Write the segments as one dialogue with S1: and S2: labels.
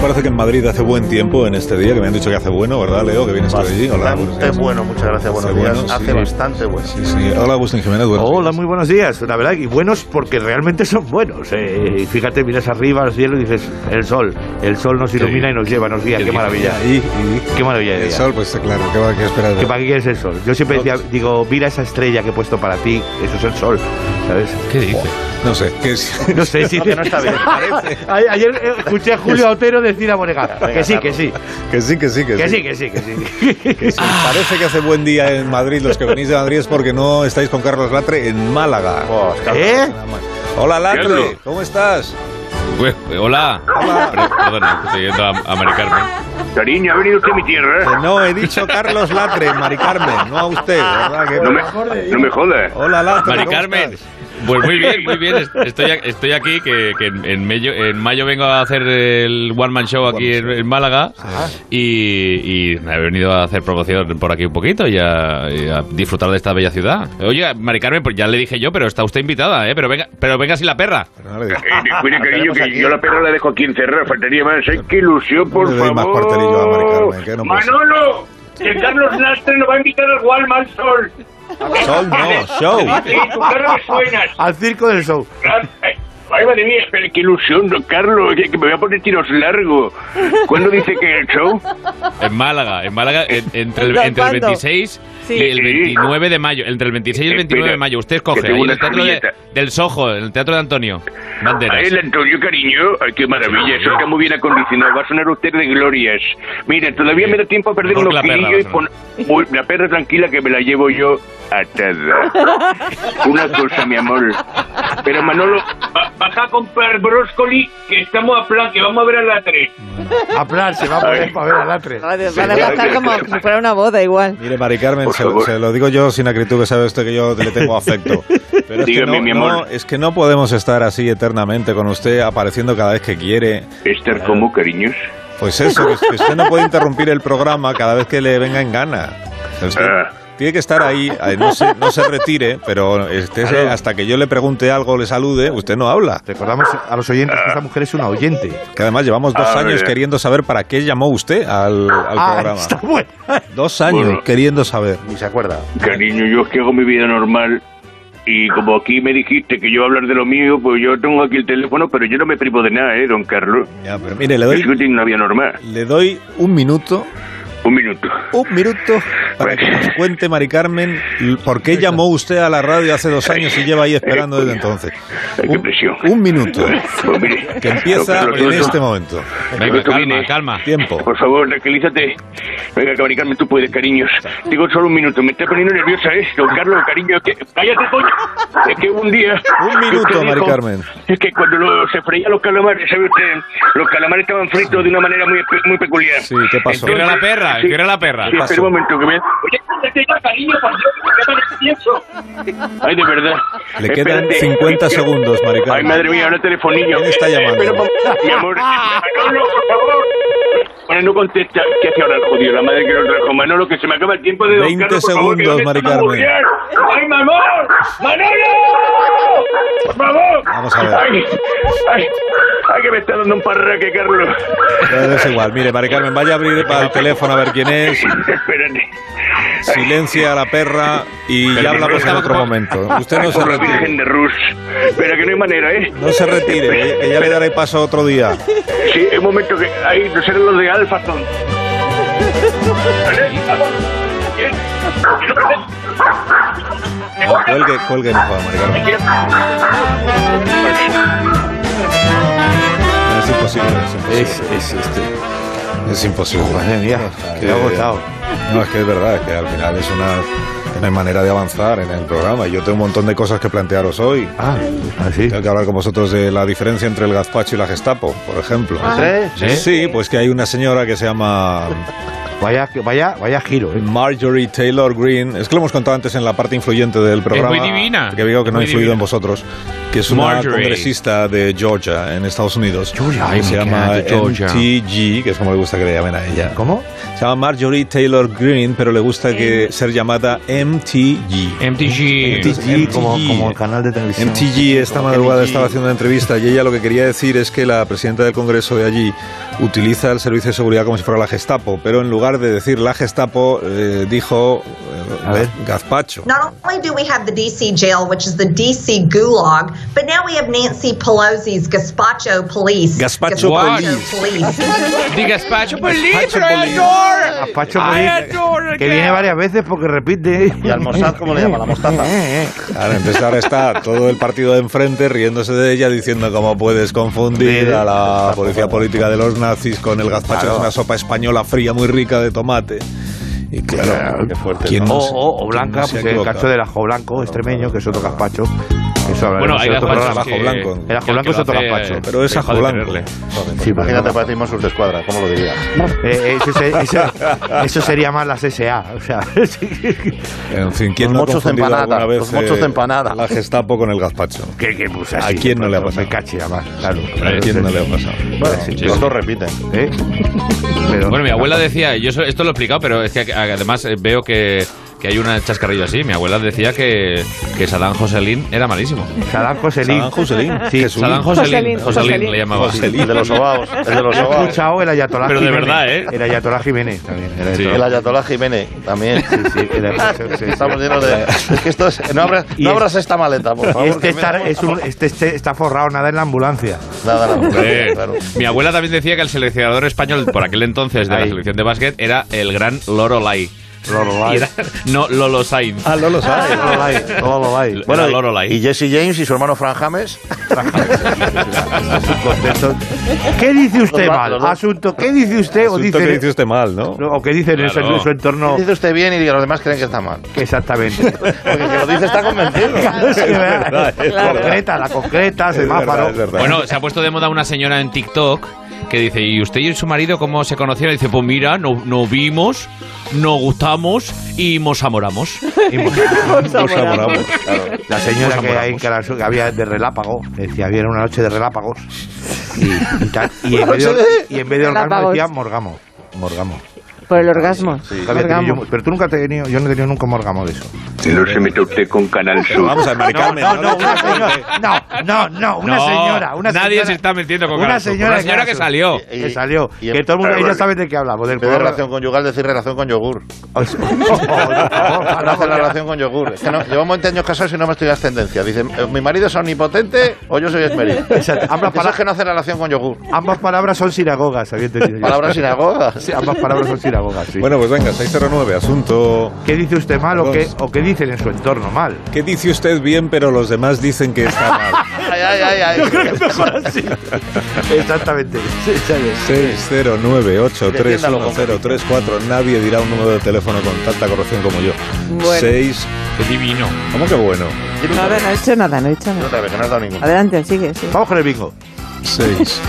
S1: parece que en Madrid hace buen tiempo en este día, que me han dicho que hace bueno, ¿verdad, Leo? Que vienes tú allí. Hola, buenos
S2: Bastante
S1: días.
S2: bueno, muchas gracias, buenos
S1: Hace
S2: días.
S1: bueno,
S2: Hace
S1: sí.
S2: bastante bueno.
S1: Sí, sí. Hola, Agustín Jiménez. buenos
S2: Hola,
S1: días.
S2: muy buenos días, la verdad, y buenos porque realmente son buenos. eh. Y fíjate, miras arriba al cielo y dices, el sol, el sol nos ilumina y nos lleva, nos guía, qué maravilla.
S1: Y, y-
S2: Qué maravilla de
S1: el
S2: día.
S1: sol, pues claro, ¿qué va- qué esperar?
S2: ¿Qué para qué quieres el sol? Yo siempre decía, digo, mira esa estrella que he puesto para ti, eso es el sol, ¿sabes?
S3: ¿Qué dice?
S1: No sé, ¿qué es?
S2: No sé si
S4: que no está bien.
S2: A- Ayer eh, escuché a Julio Otero decir a Borega,
S4: Venga,
S2: que sí, que sí,
S1: Que sí, que sí, que,
S2: que
S1: sí.
S2: sí, que sí, que sí.
S1: que sí. Parece que hace buen día en Madrid. Los que venís de Madrid es porque no estáis con Carlos Latre en Málaga.
S2: ¿Eh?
S1: Hola, Latre,
S5: Cierto.
S1: ¿cómo estás?
S3: Güey, Pues, Hola. Pre- Perdona, estoy yendo a, a Mari Carmen.
S5: Cariño, ha venido usted a mi
S1: Que
S5: tierra.
S1: no, he dicho Carlos Latre, Mari Carmen, no a usted, ¿verdad? Que-
S5: No me, no me jodas.
S1: Hola, Latre.
S3: Mari
S1: ¿cómo
S3: Carmen.
S1: estás?
S3: Pues muy bien, muy bien. Est- Estoy, a- estoy aquí, que, que en, en mayo, en mayo vengo a hacer el One Man Show aquí en, en Málaga. Y, y me he venido a hacer promoción por aquí un poquito y a, y a disfrutar de esta bella ciudad. Oye, Mari Carmen, pues ya le dije yo, pero está usted invitada, ¿eh? Pero venga, pero venga sin la perra.
S1: Pero no le digas.
S5: Eh, cuide, cariño,
S1: tenemos
S5: que
S1: aquí.
S5: yo la perra la dejo aquí encerrada. Faltaría más. ¡Ay, qué ilusión, por
S1: No le doy
S5: favor!
S1: más cuartelillo a Mari Carmen, que no puede ser.
S5: ¡Manolo! Que Carlos Lastre nos va a invitar al Walmart Sol.
S1: Sol no, show.
S5: Sí, tu cara me suenas.
S2: Al circo del show.
S5: Ay, ay, madre mía, pero qué ilusión, don Carlos, que que me voy a poner tiros largo. ¿Cuándo dice que el show?
S3: En Málaga, en Málaga, en- entre, el,
S6: ¿Cuándo?
S3: entre el 26
S6: Sí.
S3: y el 29 de mayo. Entre el 26 y el 29 de
S5: Espera,
S3: mayo.
S5: que
S3: Usted escoge
S5: tengo
S3: ahí en
S5: una
S3: el Teatro de-
S5: servilleta.
S3: del Sojo, en el Teatro de Antonio.
S5: Ah,
S3: Banderas.
S5: El Antonio, cariño, ay, qué maravilla, eso está muy bien acondicionado, va a sonar usted de glorias. Mira, todavía me da tiempo a perder
S3: Mejor
S5: unos
S3: que la perra
S5: kilillos y
S3: va a
S5: pon... Uy, la perra tranquila que me la llevo yo atada. Una cosa, mi amor. Pero Manolo, ba- baja a comprar brócoli, que estamos a plan, que vamos a ver a la 3.
S2: A plan, se va a poner para ver a Latre.
S6: Vale,
S5: Sí,
S6: Van a
S5: vale,
S6: pasar
S5: vale.
S6: como si fuera una boda igual.
S1: Mire, Mari Carmen,
S5: Por
S1: se,
S5: favor.
S1: se lo digo yo sin acritud, que sabe usted que yo le tengo afecto. Pero es
S5: Dígame,
S1: que no,
S5: mi
S1: no,
S5: amor.
S1: es que no podemos estar así eternamente con usted apareciendo cada vez que quiere.
S5: Estar como, cariños.
S1: Pues eso, que, que usted no puede interrumpir el programa cada vez que le venga en gana. Usted
S5: Ah.
S1: tiene que estar ahí, eh, no se, no se retire, pero esté-
S2: Claro.
S1: hasta que yo le pregunte algo, le salude, usted no habla.
S2: Recordamos a los oyentes que esta mujer es una oyente.
S1: Que además llevamos dos
S5: Ah,
S1: años
S5: mira.
S1: queriendo saber para qué llamó usted al, al programa.
S2: Ah, está bueno.
S1: Dos años
S5: Bueno.
S1: queriendo saber.
S2: Ni se acuerda.
S5: Cariño, yo es que hago mi vida normal y como aquí me dijiste que yo iba a hablar de lo mío, pues yo tengo aquí el teléfono, pero yo no me privo de nada, ¿eh, don Carlos?
S1: Ya, pero mire, le
S5: Yo sí que
S1: doy,
S5: tengo una vida normal.
S1: le doy un minuto
S5: Un minuto.
S1: un minuto para que nos cuente, Mari Carmen, l- por qué llamó usted a la radio hace dos años y lleva ahí esperando desde entonces.
S5: Ay, qué
S1: Un,
S5: presión.
S1: un minuto
S5: Pues mire,
S1: que empieza
S5: don Carlos,
S1: en
S5: tú-
S1: este momento.
S3: Venga,
S5: Esto
S3: calma,
S5: viene.
S3: calma.
S1: Tiempo.
S5: Por favor, tranquilízate. Venga, Mari Carmen, tú puedes, cariños. Digo solo un minuto. Me está poniendo nerviosa, ¿eh? Don Carlos, cariño. que- Cállate, coño. Es que un día...
S1: Un minuto,
S5: que usted
S1: Mari
S5: dijo-
S1: Carmen.
S5: Es que cuando lo- se freían los calamares, ¿sabe usted? Los calamares estaban fritos de una manera muy, espe- muy peculiar.
S1: Sí, ¿qué pasó?
S3: Entierra la perra,
S5: Sí.
S3: entierra la perra.
S5: Sí, espera un momento que me... Oye, cállate ya, cariño, por Dios, que me parece tiempo. Ay, de verdad.
S1: Le quedan
S5: Espérate.
S1: 50 segundos, Mari
S5: Ay,
S1: Carmen.
S5: madre mía, ahora telefonillo.
S1: ¿Quién está llamando?
S5: Espera, pa- mi amor. Manolo, por favor. Bueno, no contesta. ¿Qué hace ahora el jodido? La madre que lo trajo. Manolo, que se me acaba el tiempo de...
S1: 20
S5: Carlos, por favor, que
S1: segundos,
S5: no te
S1: Mari
S5: estamos
S1: Carmen.
S5: muriendo. ¡Ay, mamón! ¡Manolo! ¡Por favor!
S1: Vamos a ver.
S5: Ay, ay, ay, que me está dando un parraque, Carlos.
S1: Pero es igual. Mire, Mari Carmen, vaya a abrir para el teléfono a ver quién es.
S5: Espérate.
S1: Silencia a la perra y ya hablamos en otro momento. Usted no se
S5: Por la
S1: retire.
S5: Virgen de Rus. Pero que no hay manera, ¿eh?
S1: No se
S5: este
S1: retire, que- que ya le daré paso otro día.
S5: Sí, un momento que hay no serán los de Alphaton.
S1: Cuelgue, cuelgue, no joda, Mari Carmen. Es imposible, es imposible.
S2: Es, es este.
S1: Es imposible.
S2: Madre mía,
S1: que-
S2: qué agotado.
S1: No, es que es verdad, es que al final es una, una manera de avanzar en el programa. Yo tengo un montón de cosas que plantearos hoy.
S2: Ah, así.
S1: Tengo que hablar con vosotros de la diferencia entre el gazpacho y la Gestapo, por ejemplo.
S2: ¿Eh?
S1: Sí, pues que hay una señora que se llama
S2: Vaya, vaya, vaya giro, ¿eh?
S1: Marjorie Taylor Green, es que lo hemos contado antes en la parte influyente del programa.
S7: muy divina.
S1: Que digo que no ha
S7: Muy
S1: influido
S7: divina.
S1: en vosotros. Que es una
S7: Marjorie.
S1: congresista de Georgia, en Estados Unidos.
S2: Georgia,
S1: que se
S2: I'm
S1: llama
S2: glad, Georgia.
S1: MTG, que es como le gusta que le llamen a ella.
S2: ¿Cómo?
S1: Se llama Marjorie Taylor Green, pero le gusta que ser llamada MTG.
S7: MTG.
S1: MTG.
S2: Como, como el canal de televisión.
S1: MTG esta
S2: Como
S1: madrugada
S2: MTG.
S1: estaba haciendo una entrevista y ella lo que quería decir es que la presidenta del Congreso de allí utiliza el servicio de seguridad como si fuera la Gestapo, pero en lugar de decir la Gestapo eh, dijo eh,
S2: A ver.
S1: gazpacho.
S4: Not only do we have the DC jail, which is the DC gulag, but now we have Nancy Pelosi's gazpacho police.
S1: Gazpacho police.
S7: The Gazpacho
S1: Gazpacho Police.
S2: Gazpacho
S7: I
S2: Police,
S7: adore
S2: Que
S7: that.
S2: viene varias veces porque repite.
S8: ¿Y almorzad cómo le llama? ¿La mostaza?
S2: Eh, eh.
S1: Ahora, entonces ahora está todo el partido de enfrente riéndose de ella diciendo cómo puedes confundir a la policía política de los nazis con el gazpacho, que es una sopa española fría muy rica de tomate. Y claro,
S8: Qué fuerte,
S1: ¿quién
S2: O,
S1: no se-
S2: o- o
S1: quién
S2: Blanca,
S1: no se
S2: pues, el
S1: equivoca?
S2: cacho del ajo blanco extremeño, que es otro gazpacho. Eso hablaremos
S7: Bueno, hay
S2: en otro
S7: gazpachos
S2: programa.
S1: ajo
S7: que-
S1: blanco. El
S7: que
S2: ajo blanco
S7: lo
S2: es otro
S7: hace-
S2: gazpacho,
S1: Pero es
S7: deja
S1: ajo
S7: de
S1: blanco.
S7: tenerle.
S2: Sí, pero
S8: Imagínate parecimos sus de escuadra, ¿cómo lo diría?
S2: Eh, eh, eso, se- eso- eso sería más las SA. O sea, sí,
S1: En fin, ¿quién
S8: Los
S1: no ha
S8: mochos de
S1: confundido
S8: empanada,
S1: alguna vez
S8: los mochos de
S1: eh,
S8: empanada.
S1: la Gestapo con el gazpacho?
S2: que, que, pues,
S1: ¿A
S2: así,
S1: quién no le ha
S2: pero
S1: pasado?
S2: Me cache, además, claro.
S1: ¿A quién no le ha pasado?
S8: Bueno,
S2: sí,
S8: los dos repiten.
S2: ¿Eh? Pero-
S7: Bueno, mi abuela decía, yo eso- esto lo he explicado, pero es que además eh, veo que, que hay un chascarrillo así. Mi abuela decía que, que Sadán Joselín era malísimo.
S2: Sadán Joselín.
S1: Sadán Joselín.
S2: Sí,
S1: Jesús.
S7: Sadán Joselín,
S9: Joselín,
S7: Joselín le
S9: Joselín.
S7: llamaba.
S1: Joselín.
S8: El de los sobaos. El de los
S2: Yo he
S8: sobaos.
S2: escuchado el Ayatolá
S7: Pero de
S2: Jiménez.
S7: verdad, ¿eh?
S2: El Ayatolá Jiménez también. El
S7: Sí.
S8: El
S2: Ayatolá-
S8: Ayatolá Jiménez también. Ah,
S2: sí, el Ayatolá- sí, sí.
S8: Estamos llenos de. Es que esto es. No abras,
S2: Y
S8: no
S2: es-
S8: abras esta maleta, por favor.
S2: Y este
S8: que me da
S2: está,
S8: mucho-
S2: es un- este- este está forrado nada en la ambulancia.
S8: Nada, nada,
S7: Hombre,
S8: claro.
S7: Mi abuela también decía que el seleccionador español por aquel entonces de la selección de básquet era el gran Loro Lai. Y era- no, Lolo Sainz.
S1: Ah, no lo sabe.
S2: No lo hay, no lo hay.
S7: Bueno,
S8: y-
S7: Loro Lai.
S8: Y Jesse James y su hermano Fran James.
S2: Contento. ¿Qué dice usted
S8: Los dos,
S2: mal?
S8: los dos.
S2: Asunto, ¿qué dice usted o
S1: Asunto
S2: dice,
S1: que dice usted mal, ¿no?
S2: no, o qué dice en,
S7: Claro.
S2: su, su entorno?
S8: Dice usted bien y los demás creen que está mal.
S2: Exactamente.
S8: Porque el que lo dice está convencido.
S2: Es que, ¿verdad?
S1: verdad, es verdad.
S2: Concreta, la concreta,
S1: Es verdad,
S2: semáforo.
S1: es verdad.
S7: Bueno, se ha puesto de moda una señora en TikTok que dice, ¿y usted y su marido cómo se conocieron? Y dice, pues mira, no- nos vimos, nos gustamos y nos amoramos.
S2: Y bueno,
S1: Nos amoramos.
S2: La señora que, hay en Canal Sur, que había de relápago, decía, había una noche de relápagos. Y, y tal. Y en, vez de, y en vez de orgasmo
S9: Relápagos.
S2: decía morgamo. Morgamo.
S9: Por el orgasmo.
S2: Nunca había tenido
S9: Orgasmo.
S2: yo- pero tú nunca has tenido, yo no he tenido nunca un morgamo de eso.
S10: No se meta usted con Canal Sur.
S1: Vamos a marcarme.
S2: No, no, una señora. No, no, no, una
S7: No,
S2: señora. Una
S7: nadie
S2: señora-
S7: se está metiendo con
S2: una
S7: Carlos.
S2: señora,
S7: Una
S2: de
S7: señora que
S2: Carlos.
S7: salió.
S8: Y-
S2: Que salió.
S8: y-
S2: que todo el mundo,
S10: Pero
S2: ellos
S10: bueno.
S2: saben de qué hablamos. Del
S8: En vez de
S2: color-
S8: relación conyugal, decir relación con yogur.
S2: Oh, oh, oh,
S8: No hacer la relación con yogur. Es que no, llevamos 20 años casados y no me estoy las tendencias. Dicen, eh, mi marido es omnipotente o yo soy esmeril.
S2: Exacto.
S8: Eso
S2: Ambas
S8: es
S2: palabras-
S8: que no hace relación con yogur.
S2: Ambas palabras son sinagogas, había entendido yo.
S8: Palabras sinagogas.
S2: Sí, ambas palabras son sinagogas, sí.
S1: Bueno, pues venga, 609, asunto...
S2: ¿Qué dice usted mal o
S1: Dos.
S2: qué, o qué dicen en su entorno mal?
S1: ¿Qué dice usted bien, pero los demás dicen que está mal?
S8: Ay, ay, ay, ay.
S2: Exactamente. Sí, ¿sabes?
S1: 609-831034. Nadie dirá un número de teléfono con tanta corrupción como yo.
S9: Bueno.
S1: 6...
S7: Qué divino.
S1: ¿Cómo que bueno?
S9: No, no, no he hecho nada, no he hecho nada.
S8: Otra vez, que no has dado ninguno.
S9: Adelante, sigue, sí.
S2: Vamos con el bingo.
S1: 6...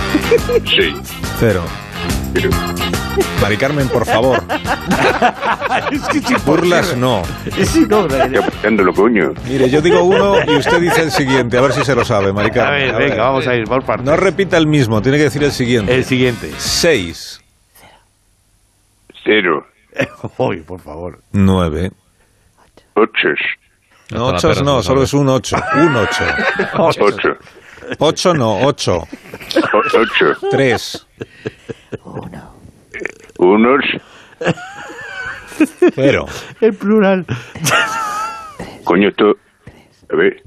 S10: Sí.
S1: 0. Mari Carmen, por favor. Burlas no.
S10: Está apuntándolo, coño.
S1: Mire, yo digo uno y usted dice el siguiente. A ver si se lo sabe, Mari
S2: A
S1: Carmen.
S2: ver,
S1: A ver.
S2: venga, vamos a ir por partes.
S1: No repita el mismo, tiene que decir el siguiente.
S2: el siguiente.
S1: 6,
S10: Cero.
S2: Uy, por favor.
S1: 9.
S10: Ocho.
S1: No,
S7: Hasta la
S1: 8
S7: perra
S1: no,
S7: se
S1: solo
S7: sabe.
S1: es un 8. Un 8.
S10: Ocho.
S1: 8 no, 8.
S10: O- Ocho.
S1: 3,
S10: Unos.
S1: 0.
S2: El plural.
S10: Coño, esto. A ver.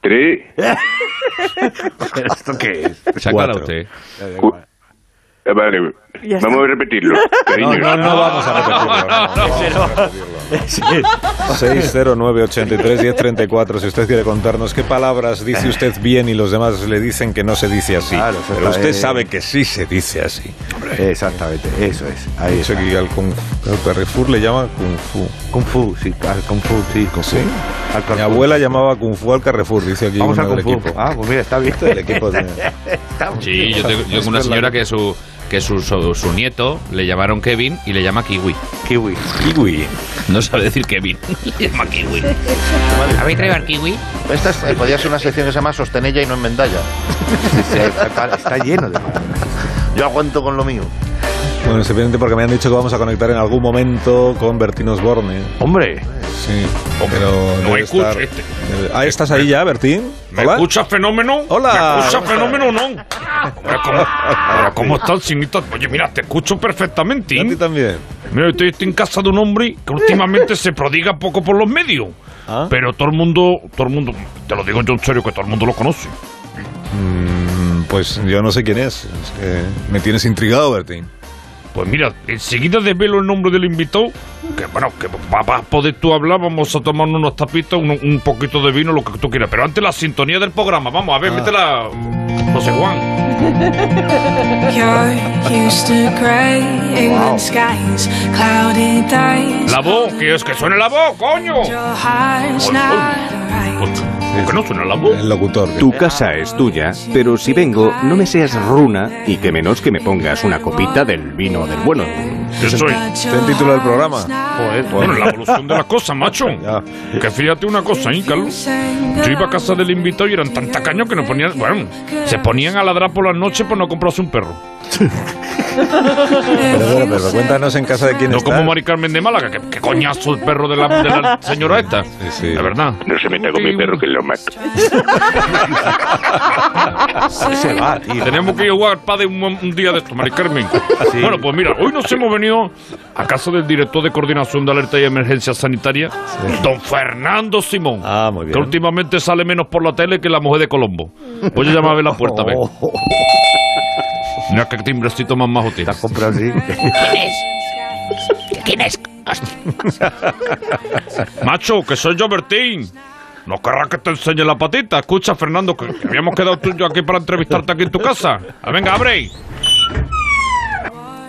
S10: Tres.
S2: ¿Pero esto qué es?
S7: Sácala
S1: Cuatro.
S7: usted.
S10: cu- Ah, Vale.
S9: Ya está.
S10: Vamos a repetirlo,
S1: No,
S10: cariño.
S1: no, no vamos a repetirlo. no, no, no.
S2: Sí.
S1: 609-83-1034. Si usted quiere contarnos qué palabras dice usted bien y los demás le dicen que no se dice así.
S2: Claro, eso
S1: Pero
S2: está
S1: usted
S2: bien.
S1: sabe que sí se dice así.
S2: Exactamente, eso es. Ahí
S1: Dice
S2: está.
S1: que al Kung Fu- al Carrefour le llama Kung Fu.
S2: Kung Fu, sí, al Kung Fu, sí, Kung Fu.
S1: ¿Sí?
S2: Al Kung
S1: Mi
S2: Fu.
S1: abuela llamaba Kung Fu al Carrefour, dice aquí
S2: Vamos al
S1: uno del
S2: Kung Fu.
S1: equipo.
S2: Ah, pues mira, está bien.
S1: Del equipo de-
S7: Sí, yo tengo, yo tengo una señora que su,
S3: que su, su, su nieto le llamaron Kevin y le llama Kiwi.
S2: Kiwi.
S1: Kiwi.
S3: No sabe decir Kevin, le llama Kiwi. ¿Habéis traído al Kiwi?
S6: Esta es- eh, podría ser una sección que se llama Sostenella y no Enmendalla.
S2: Está, está lleno de
S6: Yo aguanto con lo mío.
S1: Bueno, es evidente porque me han dicho que vamos a conectar en algún momento con Bertín Osborne.
S2: Hombre,
S1: Sí, pero
S3: no
S1: debe
S3: escucho
S1: estar-
S3: este.
S1: debe- Ah, ¿estás ahí ya, Bertín? Hola.
S3: fenómeno?
S1: Hola. ¿Cómo
S3: fenómeno no? Hombre, ¿cómo, hombre, ¿cómo estás, sinito? Oye, mira, te escucho perfectamente. ¿eh?
S1: Y A ti también.
S3: Mira, estoy, estoy en casa de un hombre que últimamente se prodiga poco por los medios.
S1: Ah.
S3: Pero todo el mundo, todo el mundo, te lo digo yo en serio, que todo el mundo lo conoce.
S1: Mm, Pues yo no sé quién es. Es que me tienes intrigado, Bertín.
S3: Pues mira, enseguida desvelo el nombre del invitado, que bueno, que vas a poder tú hablar, vamos a tomar unos tapitas, un, un poquito de vino, lo que tú quieras. Pero antes la sintonía del programa, vamos a
S1: Ah.
S3: ver, métela, José Juan. La voz, que es que suene la voz, coño. Que no suena la voz.
S1: El locutor.
S10: Tu casa es tuya, pero si vengo, no me seas runa y que menos que me pongas una copita del vino del bueno.
S3: Eso es.
S1: Es el título del programa.
S3: Joder, bueno, la evolución de las cosas, macho.
S1: Ya.
S3: Que fíjate una cosa, ¿eh, Carlos? Yo iba a casa del invitado y eran tan tacaños que nos ponían. Bueno, se ponían a ladrar por las noches por no comprarse un perro.
S1: Pero bueno, pero cuéntanos en casa de quién
S3: No
S1: estás.
S3: como Mari Carmen de Málaga, que, que coñazo el perro de la, de la señora esta.
S1: sí.
S3: La verdad.
S5: No se meta con mi perro que lo mato.
S2: se va, tío.
S3: Tenemos que jugar padre un, un día de esto, Mari Carmen. Bueno, pues mira, hoy nos hemos venido a casa del director de coordinación de alerta y emergencia sanitaria, don Fernando Simón.
S1: Ah, muy
S3: Que
S1: bien.
S3: últimamente sale menos por la tele que la mujer de Colombo. Voy a llamar a ver la puerta, a ver. Mira qué timbrecito más majo tiene.
S2: Compra así.
S3: Macho, que soy yo, Bertín. No querrás que te enseñe la patita. Escucha, Fernando, que que habíamos quedado tú y yo aquí para entrevistarte aquí en tu casa. Ah, venga, abre.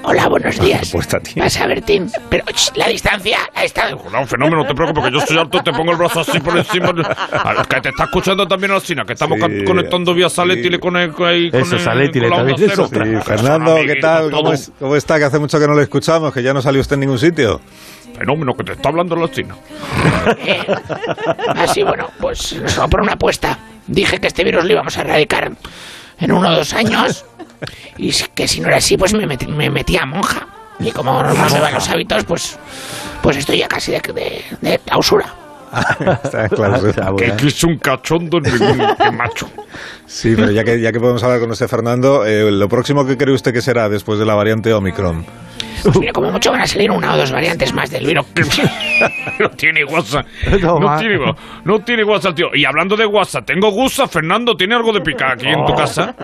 S11: Hola, buenos días.
S1: Puesta, tío.
S11: Vas a ver, Tim. Pero ch, la distancia, la distancia.
S3: No, un fenómeno, no te preocupes, que yo soy alto, te pongo el brazo así por encima. A ver, Que te está escuchando también la Sina, que estamos
S1: Sí,
S3: can- conectando vía Saletti
S1: sí.
S3: le con el. Con el-
S2: Eso,
S3: con el-
S2: Saletti,
S3: con la
S2: también,
S3: onda
S2: eso.
S3: cero.
S1: Sí, Fernando, ¿qué tal?
S3: Todo
S1: ¿Cómo, es- ¿Cómo está? Que hace mucho que no le escuchamos, que ya no salió usted en ningún sitio.
S3: un Fenómeno, que te está hablando la Sina.
S11: Eh, Así, bueno, pues solo por una apuesta. Dije que este virus lo íbamos a erradicar en uno o dos años. Y si- que si no era así, pues me metí, me metí a monja. Y como no me van los hábitos, pues, pues estoy ya casi de, de, de clausura.
S1: Está claro. sí.
S3: Que que es un cachondo en ningún que macho.
S1: Sí, pero ya que, ya que podemos hablar con usted, Fernando, eh, ¿lo próximo que cree usted que será después de la variante Omicron?
S11: Pues mira, como mucho van a salir una o dos variantes más del virus.
S3: No tiene WhatsApp. No,
S2: No, ma.
S3: tiene, gua- no tiene WhatsApp, tío. Y hablando de WhatsApp, tengo gusa, Fernando. ¿Tiene algo de picar aquí en tu casa?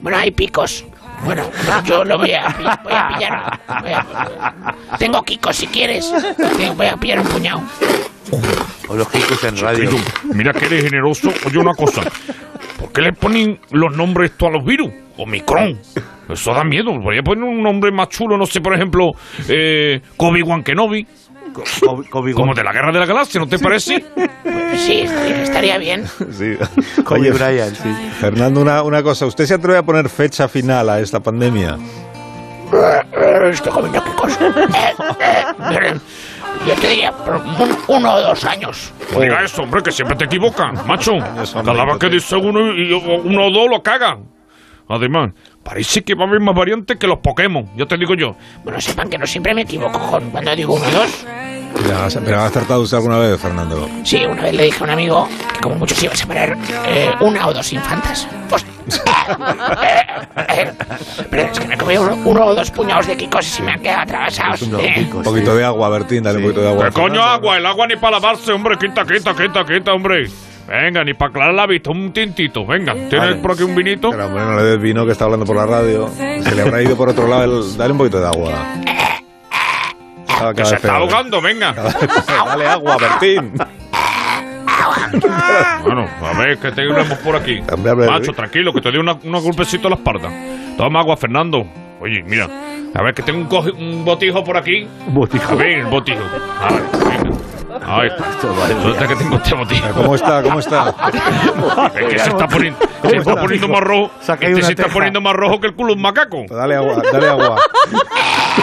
S11: Bueno, hay picos. Bueno, yo lo voy a, voy a pillar. Voy a- tengo Kiko si quieres. Voy a pillar un puñado.
S2: O los chicos en radio.
S3: Oye, mira que eres generoso. Oye, una cosa. ¿Por qué le ponen los nombres esto a los virus? Omicron. Eso da miedo. Voy a poner un nombre más chulo, no sé, por ejemplo, eh, Kobe-Wan Kenobi,
S2: Co- Covid-
S3: como de la Guerra de la Galaxia, ¿no te parece?
S11: Sí, estaría bien.
S1: Sí.
S2: Kobe Bryant, sí.
S1: Fernando, una, una cosa. ¿Usted se atreve a poner fecha final a esta pandemia?
S11: Estoy comiendo picos. Eh, eh, Yo te diría por un- uno o dos años.
S3: No Diga Pues eso, hombre, que siempre te equivocas, macho.
S1: hombre,
S3: Cada vez que dice uno y y uno o dos lo cagan. Además, parece que va a haber más variantes que los Pokémon, ya te digo yo.
S11: Bueno, sepan que no siempre me equivoco con cuando digo uno o dos.
S1: Ya, pero ha acertado usted alguna vez, Fernando.
S11: Sí, una vez le dije a un amigo que como mucho se iba a separar eh, una o dos infantas. Pues, eh, pero es que me he comido uno, uno o dos puñados de quicos y se me han quedado atravesados. eh.
S1: Un poquito de agua, Bertín, dale un poquito de agua.
S3: ¿Qué coño agua? El agua ni para lavarse, hombre. Quita, quita, quita, quita, hombre. Venga, ni para aclarar la vista, un tintito. Venga, ¿tienes por aquí un vinito?
S1: Pero hombre, no le des vino que está hablando por la radio. Se le habrá ido por otro lado. el- Dale un poquito de agua. Estaba cada
S3: Que se
S1: vez
S3: está
S1: peor.
S3: ahogando, venga.
S1: Dale agua, Bertín.
S3: Bueno, a ver, que tenemos por aquí.
S1: Hombre, hombre,
S3: Macho,
S1: hombre.
S3: tranquilo, que te doy una- unos golpecitos a la espalda. Toma agua, Fernando. Oye, mira. A ver, que tengo un, coji- un botijo por aquí.
S2: Botijo.
S3: A ver, el botijo. A ver, venga. Ay, resulta que tengo este botín.
S1: ¿Cómo está? ¿Cómo está?
S3: Es que se está poniendo, se
S1: ¿Cómo
S3: está
S1: está,
S3: poniendo
S1: hijo?
S3: más rojo.
S2: Saca ahí
S3: este
S2: una
S3: se está
S2: teja.
S3: poniendo más rojo que el culo de un macaco.
S1: Pues Dale agua, dale agua.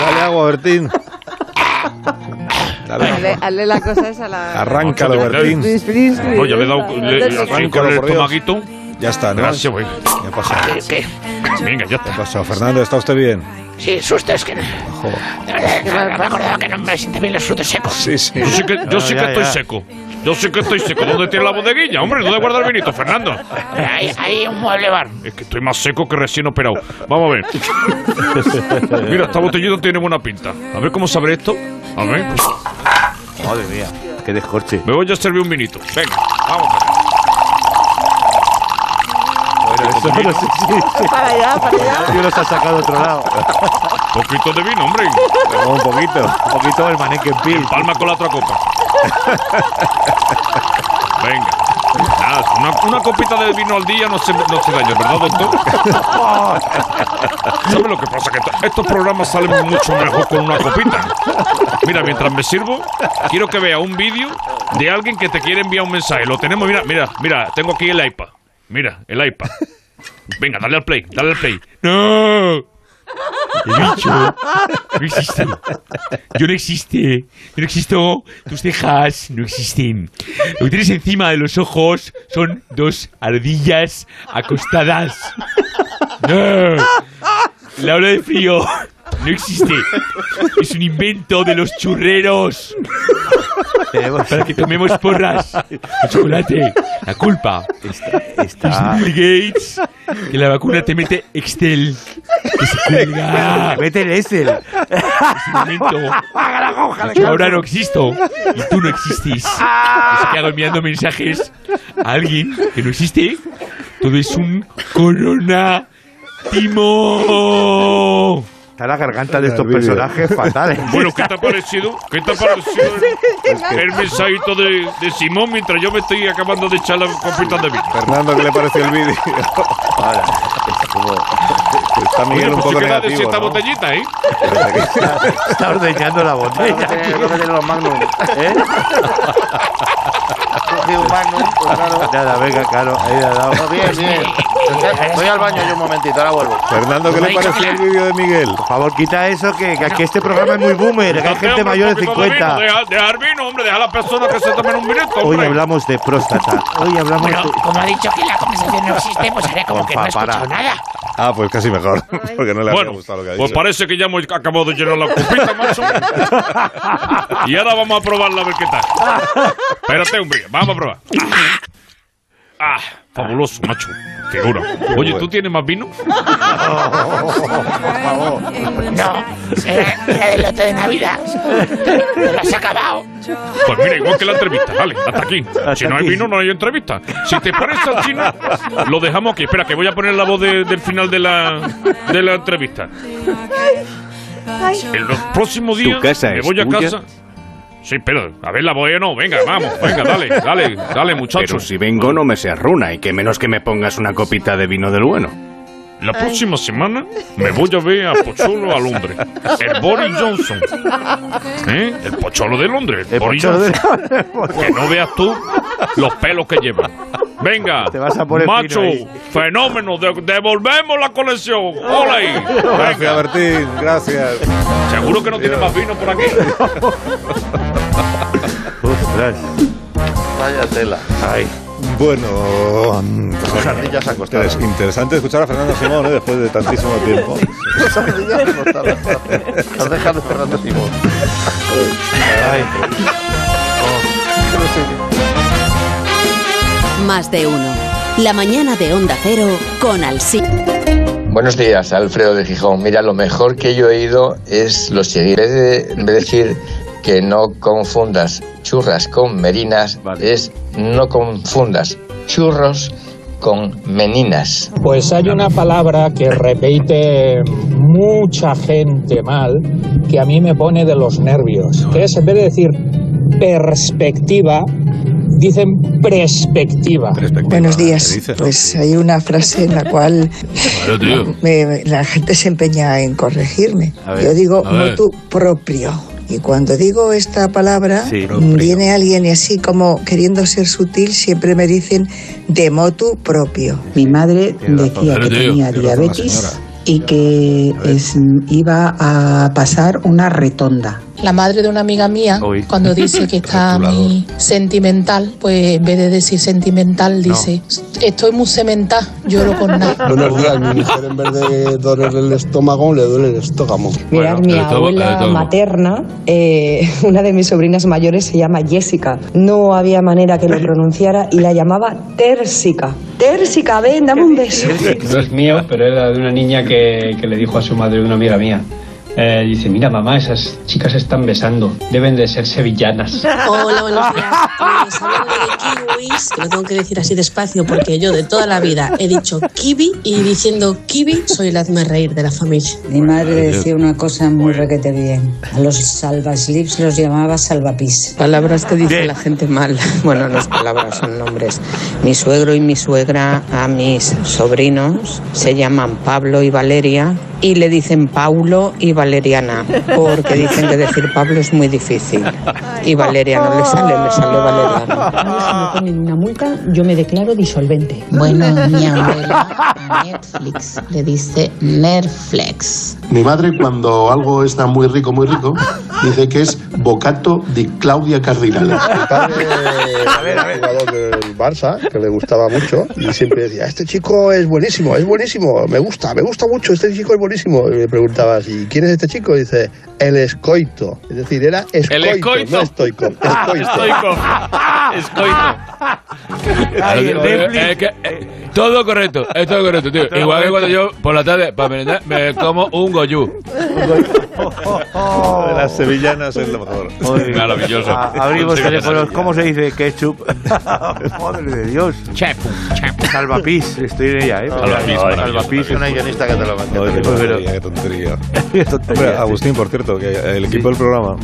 S1: Dale agua, Bertín. Dale agua.
S12: Hazle, hazle la cosa esa a la...
S1: Arráncalo, Bertín.
S12: Luis Frisley,
S3: Oye, le he
S12: esa,
S3: dado
S12: no
S3: le-
S12: te
S3: así
S1: arranca,
S3: con el
S1: por Dios.
S3: estomaguito.
S1: Ya está, ¿no?
S3: Gracias, güey.
S1: ¿Qué ha pasado?
S11: ¿Qué?
S1: ¿Qué
S11: qué?
S3: Venga, ya
S1: ha
S3: está.
S1: pasado? Fernando, ¿está usted bien?
S11: Sí, susto, es que no. De verdad, Me he acordado que no me sienten bien los frutos secos.
S1: Sí, sí.
S3: Yo sí que, yo
S2: No,
S3: sí que
S2: ya,
S3: estoy
S2: ya.
S3: seco. Yo sí que estoy seco. ¿Dónde tiene la bodeguilla? Hombre, ¿dónde guarda el vinito, Fernando?
S11: Hay, hay un mueble bar.
S3: Es que estoy más seco que recién operado. Vamos a ver. Mira, esta botellita tiene buena pinta. A ver cómo sabe esto. A ver.
S2: Madre mía, qué descorche.
S3: Me voy a servir un vinito. Venga, vamos.
S2: Eso no sé si-
S12: Para allá, para allá.
S2: si los ha sacado a otro lado.
S3: Un poquito de vino, hombre.
S2: un poquito. Un poquito el maneque en pil.
S3: Palma con la otra copa. Venga. Nada, una, una copita de vino al día no se, no se daña, ¿verdad, doctor? ¿Sabes lo que pasa? Que to- estos programas salen mucho mejor con una copita. Mira, mientras me sirvo, quiero que vea un vídeo de alguien que te quiere enviar un mensaje. Lo tenemos, mira, mira, mira, tengo aquí el iPad. Mira, el iPad. Venga, dale al play, dale al play. ¡No! bicho no existe. Yo no existe. Yo no existo. Tus cejas no existen. Lo que tienes encima de los ojos son dos ardillas acostadas. No. La hora de frío no existe. Es un invento de los churreros para que tomemos porras de chocolate. La culpa
S2: Está.
S3: Bill Gates que la vacuna te mete Excel. Que se cuelga.
S2: Vete el Excel.
S3: momento. Yo ahora no existo y tú no existís.
S11: Ah,
S3: Es que hago enviando mensajes a alguien que no existe. Todo es un corona timo.
S2: Está la garganta de estos
S1: Mira el vídeo.
S2: personajes ¿eh? fatales.
S3: Bueno, ¿qué te ha parecido? ¿Qué te ha parecido el, el mensajito de, de Simón mientras yo me estoy acabando de echar la copita de vino?
S1: Fernando, ¿qué le pareció el vídeo? Está
S3: Oye,
S1: Miguel un
S3: pues sí
S1: poco
S3: que la de
S1: negativo,
S3: esta
S1: ¿no?
S3: botellita, ¿eh?
S2: Está ordeñando la botella.
S6: Lo que tienen los magnum. ¿Eh? Cogí un magnum, pues claro.
S2: Nada, venga, claro. Ahí le ha dado.
S6: Pues bien, bien. Voy al baño yo un momentito, ahora vuelvo.
S1: Fernando, ¿qué le pareció el vídeo de Miguel?
S2: Por favor, quita eso, que, que aquí este programa es muy boomer. Que hay gente mayor de 50.
S3: Deja, dejar vino, hombre, deja a las personas que se tomen un vinito,
S2: Hoy
S3: hombre.
S2: hablamos de próstata. Hoy hablamos
S11: Bueno,
S2: de...
S11: como ha dicho que la conversación no existe, pues haré como que no he
S2: Para, para.
S11: escuchado nada.
S1: Ah, pues casi mejor, porque no le había
S3: Bueno,
S1: gustado lo que ha
S3: pues
S1: dicho.
S3: parece que ya hemos acabado de llenar la copita, macho. y ahora vamos a probarla a ver qué tal. Espérate, hombre, vamos a probar. Ah, fabuloso, macho. Figura. Oye, ¿tú tienes más vino?
S11: No, era, era del lote de Navidad. Te lo has acabado.
S3: Pues mira, igual que la entrevista, vale, hasta aquí. si no hay
S2: aquí.
S3: vino, no hay entrevista. Si te parece al chino, lo dejamos aquí. Espera, que voy a poner la voz de- del final de la, de la entrevista. El próximo día
S10: ¿Tu casa
S3: me
S10: es
S3: voy a
S10: tuya?
S3: casa. Sí, pero, a ver, la voy a no. Venga, vamos, venga, dale, dale, dale, muchachos.
S10: Pero si vengo no me seas runa y que menos que me pongas una copita de vino del bueno.
S3: La próxima semana me voy a ver a Pocholo a Londres. El Boris Johnson. ¿Eh? El Pocholo de Londres. El
S2: El
S3: Boris
S2: pocholo de-
S3: Johnson. Que no veas tú los pelos que lleva. Venga,
S2: Te vas a poner
S3: macho,
S2: fino ahí.
S3: fenómeno, de- devolvemos la colección. Hola
S1: Gracias, Bertín, gracias.
S3: Seguro que no tiene más vino por aquí.
S2: Ostras.
S6: Vaya tela.
S2: Ay.
S1: Bueno, pues,
S6: Dos ardillas acostadas.
S1: es interesante escuchar a Fernando Simón ¿eh? después de tantísimo tiempo.
S6: Dos ardillas acostadas. Has dejado Fernando Simón.
S13: Más de uno. La mañana de Onda Cero con Alsina.
S14: Buenos días, Alfredo de Gijón. Mira, lo mejor que yo he oído es lo siguiente. En vez de- de decir que no confundas churras con merinas, es no confundas churros con meninas.
S11: Pues hay una palabra que repite mucha gente mal que a mí me pone de los nervios. Que es en vez de decir perspectiva, dicen perspectiva.
S1: Buenos días.
S13: Pues hay una frase en la cual me- la gente se empeña en corregirme.
S2: A ver,
S13: Yo digo
S3: a ver.
S13: motu propio.
S15: Y cuando digo esta palabra,
S2: Sí.
S15: mm, viene alguien y así como queriendo ser sutil, siempre me dicen de motu propio. Mi madre decía
S16: Claro,
S15: que
S16: te digo, tiene
S15: tenía
S16: razón la
S15: diabetes
S16: señora.
S15: y que es- iba a pasar una retonda.
S17: La madre de una amiga mía,
S15: Uy.
S17: cuando dice que está muy sentimental, pues en vez de decir sentimental, dice, estoy muy cemental, lloro con nada.
S18: Buenos días, mi mujer en vez de dolerle el estómago, le duele el estómago.
S19: Mirad, mi abuela materna, eh, una de mis sobrinas mayores se llama Jessica. No había manera que lo pronunciara y la llamaba Térsica. Térsica, ven, dame un beso.
S20: No es mío, pero era de una niña que, que le dijo a su madre, una amiga mía. eh, dice, mira mamá, esas chicas se están besando, deben de ser sevillanas.
S21: Hola, buenos días. Pues hablando de kiwis, que lo tengo que decir así despacio porque yo de toda la vida he dicho kiwi y diciendo kiwi soy el hazme reír de la familia.
S22: Mi madre decía una cosa muy requete bien. A los salvaslips los llamaba salvapis. Palabras que dice la gente mal. Bueno, no es palabras, son nombres. Mi suegro y mi suegra a mis sobrinos se llaman Pablo y Valeria y le dicen Paulo y Valeriana porque dicen que decir Pablo es muy difícil. Y Valeria no le sale, le sale Valeriana.
S23: me ponen una multa, yo me declaro disolvente. Bueno, mi abuela a Netflix le dice Nerflex.
S18: Mi madre, cuando algo está muy rico, muy rico, dice que es bocato de Claudia Cardinale. Mi padre
S2: Eh,
S18: era un jugador del Barça, que le gustaba mucho, y siempre decía, este chico es buenísimo, es buenísimo, me gusta, me gusta mucho, este chico es buenísimo. Y me preguntabas, ¿y quién es este chico? Y dice, el escoito. Es decir, era escoito,
S3: El escoito.
S18: no estoico,
S2: Ah,
S18: escoito.
S3: Escoito. Escoito.
S18: Ay, el
S3: Eh,
S18: Netflix.
S3: eh, que, eh, todo correcto, es todo correcto, tío. Igual que cuando yo por la tarde para merendar me como un goyú.
S1: Lo de las sevillanas es lo mejor.
S3: Maravilloso.
S2: A- abrimos
S1: Sí,
S2: teléfonos.
S1: maravilla.
S2: ¿Cómo se dice ketchup? Madre de Dios. Chepu, chepu. Salvapis, estoy en ella, ¿eh?
S1: Salvapis, maravilloso.
S2: Salvapis.
S1: Hay una guionista
S6: que te lo va
S1: Ay, qué
S2: Pues, Pero-
S1: tontería, qué tontería. Hombre, Agustín, por cierto, que el equipo del programa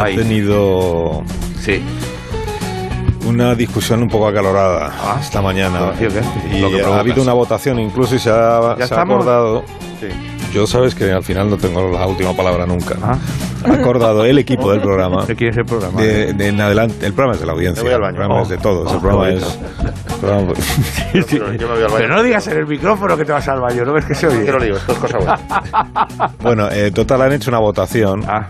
S1: ha tenido una discusión un poco acalorada esta mañana.
S2: Bueno, tío, ¿qué?
S1: Y
S2: Ah, Lo que
S1: ha
S2: provocas.
S1: habido una votación incluso y se ha,
S2: ¿Ya
S1: se ha
S2: estamos?
S1: acordado. Yo sabes que al final no tengo la última palabra nunca.
S2: Ah.
S1: Ha acordado el equipo del programa.
S2: ¿De quién es el programa?
S1: De, de en adelante, el programa es de la audiencia.
S2: Me voy al baño.
S1: El programa
S2: Oh,
S1: es de todos. el programa
S2: qué
S1: es. el programa-
S2: Pero no digas en el micrófono que te vas al baño, ¿no ves que se oye? Yo lo digo, esto es cosa buena.
S1: Bueno, eh, total han hecho una votación
S2: Ah.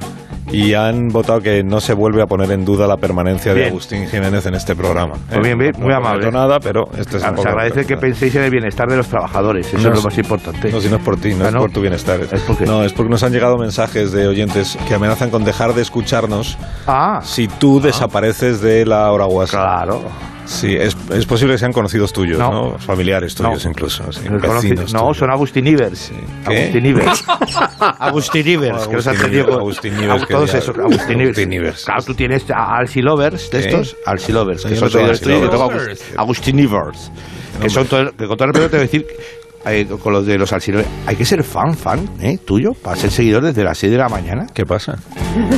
S1: y han votado que no se vuelve a poner en duda la permanencia de
S2: Bien.
S1: Agustín Jiménez en este programa.
S2: Muy bien, bien, muy
S1: No
S2: amable.
S1: prometo nada, pero este es
S2: Ah,
S1: un
S2: Se
S1: poco-
S2: agradece que penséis en el bienestar de los trabajadores, eso
S1: No
S2: es lo
S1: es-
S2: más importante.
S1: No, si no es por ti, no
S2: Ah,
S1: es
S2: ¿no?
S1: por tu bienestar. ¿eh? No, es porque nos han llegado mensajes de oyentes que amenazan con dejar de escucharnos
S2: Ah,
S1: si tú desapareces de la hora WhatsApp. Claro. Sí, es, es posible que sean conocidos tuyos, ¿no? Familiares tuyos incluso. sí,
S2: Los conocí-
S1: vecinos
S2: no, son Agustín Ivers.
S1: ¿Qué?
S2: Agustín Ivers. Agustín Ivers,
S1: Agustín
S2: que los han
S1: Ivers,
S2: tenido con-
S1: Agustín Ivers,
S2: Au-
S1: que
S2: Todos
S1: ya-
S2: esos, Agustín Ivers. Claro, tú tienes a Alsi Lovers de
S1: ¿Qué?
S2: estos. Alsi Lovers,
S1: Yo
S2: que
S1: no
S2: son
S1: tengo
S2: todos
S1: Alsi
S2: tuyos. Yo tengo
S1: Lovers.
S2: Agus- Agustín Ivers. Que son todos. Que con todo respeto te voy a decir. eh, con los de los Alsi Lovers. Hay que ser fan, fan, ¿eh? Tuyo, para ser seguidor desde las 6 de la mañana.
S1: ¿Qué pasa?